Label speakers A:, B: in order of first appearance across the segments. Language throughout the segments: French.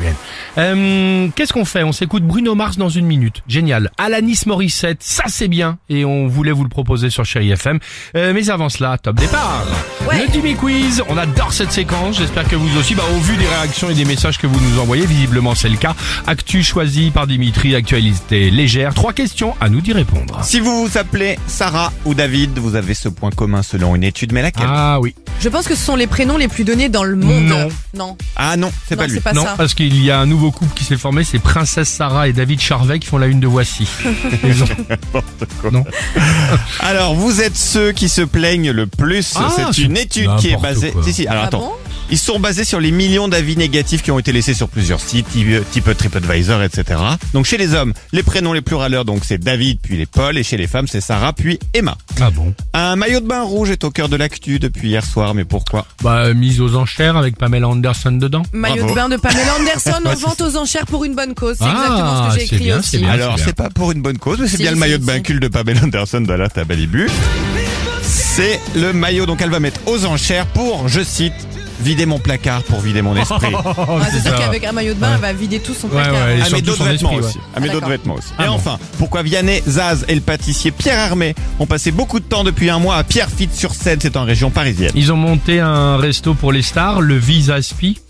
A: bien. Euh, Qu'est-ce qu'on fait On s'écoute Bruno Mars dans une minute. Génial. Alanis Morissette, ça c'est bien. Et on voulait vous le proposer sur Chéri FM. Euh, mais avant cela, top départ. Le Dimi Quiz. On adore cette séquence. J'espère que vous aussi. Bah, au vu des réactions et des messages que vous nous envoyez, visiblement c'est le cas. Actu choisi par Dimitri, actualité légère. Trois questions à nous d'y répondre.
B: Si vous vous appelez Sarah ou David, vous avez ce point commun selon une étude, mais laquelle Ah,
A: Ah oui.
C: Je pense que ce sont les prénoms les plus donnés dans le monde.
A: Non.
C: Non,
B: Ah, non, c'est
C: non,
B: pas lui.
C: c'est pas
A: non,
C: ça.
A: parce qu'il y a un nouveau couple qui s'est formé. C'est Princesse Sarah et David Charvet qui font la une de Voici. Ils ont-
B: Alors, vous êtes ceux qui se plaignent le plus.
A: Ah,
B: c'est
A: c'est
B: une étude qui est
A: n'importe
B: basée.
A: quoi.
B: Si, si, alors
C: Ah
B: attends.
C: bon
B: Ils sont basés sur les millions d'avis négatifs qui ont été laissés sur plusieurs sites, type type TripAdvisor, etc. Donc, chez les hommes, les prénoms les plus râleurs, donc c'est David, puis les Paul, et chez les femmes, c'est Sarah, puis Emma.
A: Ah bon
B: Un maillot de bain rouge est au cœur de l'actu depuis hier soir, mais pourquoi
A: Bah, mise aux enchères avec Pamela Anderson dedans.
C: Maillot
B: Bravo.
C: de bain de Pamela Anderson
A: Ouais,
C: en
A: c'est
C: vente aux enchères pour une bonne cause. C'est
A: Ah,
C: exactement ce que j'ai
A: c'est
C: écrit
A: bien, c'est
C: aussi.
A: bien.
B: Alors,
A: c'est
B: c'est pas pour une bonne cause, mais c'est
C: Si,
B: bien le
C: si,
B: maillot de
C: si.
B: bain cul de Pamela Anderson de la Tabalibu. C'est le maillot, donc elle va mettre aux enchères pour, je cite, vider mon placard pour vider mon esprit.
A: Oh,
C: Ah, c'est sûr qu'avec un maillot de bain,
A: Ouais.
C: elle va vider tout son
A: Ouais,
C: placard.
A: ouais. Et
B: À mes
A: surtout
B: d'autres
A: son
B: vêtements
A: esprit,
B: aussi.
A: ouais.
B: À mes
C: Ah,
B: d'autres
C: d'accord.
B: vêtements aussi.
A: Ah
B: et
A: bon.
B: enfin, pourquoi Vianney, Zaz et le pâtissier Pierre Armé ont passé beaucoup de temps depuis un mois à Pierrefitte-sur-Seine, c'est en région parisienne.
A: Ils ont monté un resto pour les stars, le Visaspi.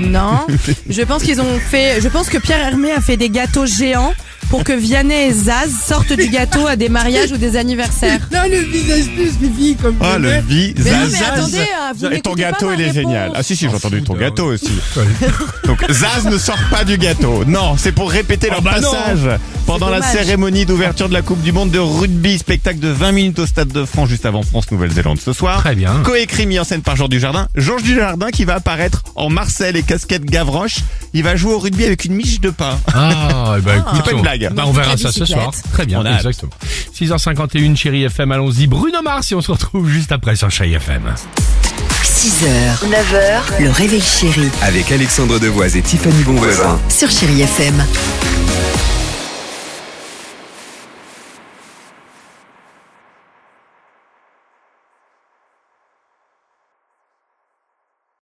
C: Non, je pense qu'ils ont fait. Je pense que Pierre Hermé a fait des gâteaux géants pour que Vianney et Zaz sortent du gâteau à des mariages ou des anniversaires.
D: Là, le visage plus les filles comme
B: Ah, le
C: Mais non,
B: visage.
C: mais attendez, hein, vous
B: Et ton
C: n'écoutez pas
B: gâteau,
C: ma
B: il est
C: réponse.
B: génial. Ah si, si, j'ai
A: S'en
B: entendu
A: fout,
B: ton
A: hein.
B: gâteau aussi. Donc Zaz ne sort pas du gâteau. Non, c'est pour répéter leur
A: bah non.
B: passage pendant
C: C'est
B: la
C: dommage.
B: cérémonie d'ouverture de la Coupe du Monde de rugby, spectacle de 20 minutes au Stade de France juste avant France-Nouvelle-Zélande ce soir.
A: Très bien.
B: Coécrit mis en scène par Georges Dujardin. Georges Dujardin qui va apparaître en Marcel et casquette Gavroche. Il va jouer au rugby avec une miche de pain.
A: Ah, eh ben, écoute,
B: C'est pas une
A: on-
B: blague.
A: bah, on verra ça ce
C: bicyclette.
A: soir. Très bien,
B: On a hâte.
A: exactement. 6h51, chérie FM, allons-y. Bruno Mars, et on se retrouve juste après sur Chérie FM.
E: 6h, 9h, le réveil chéri
F: Avec Alexandre Devoise et Tiffany Bonvoisin.
E: sur Chéri FM.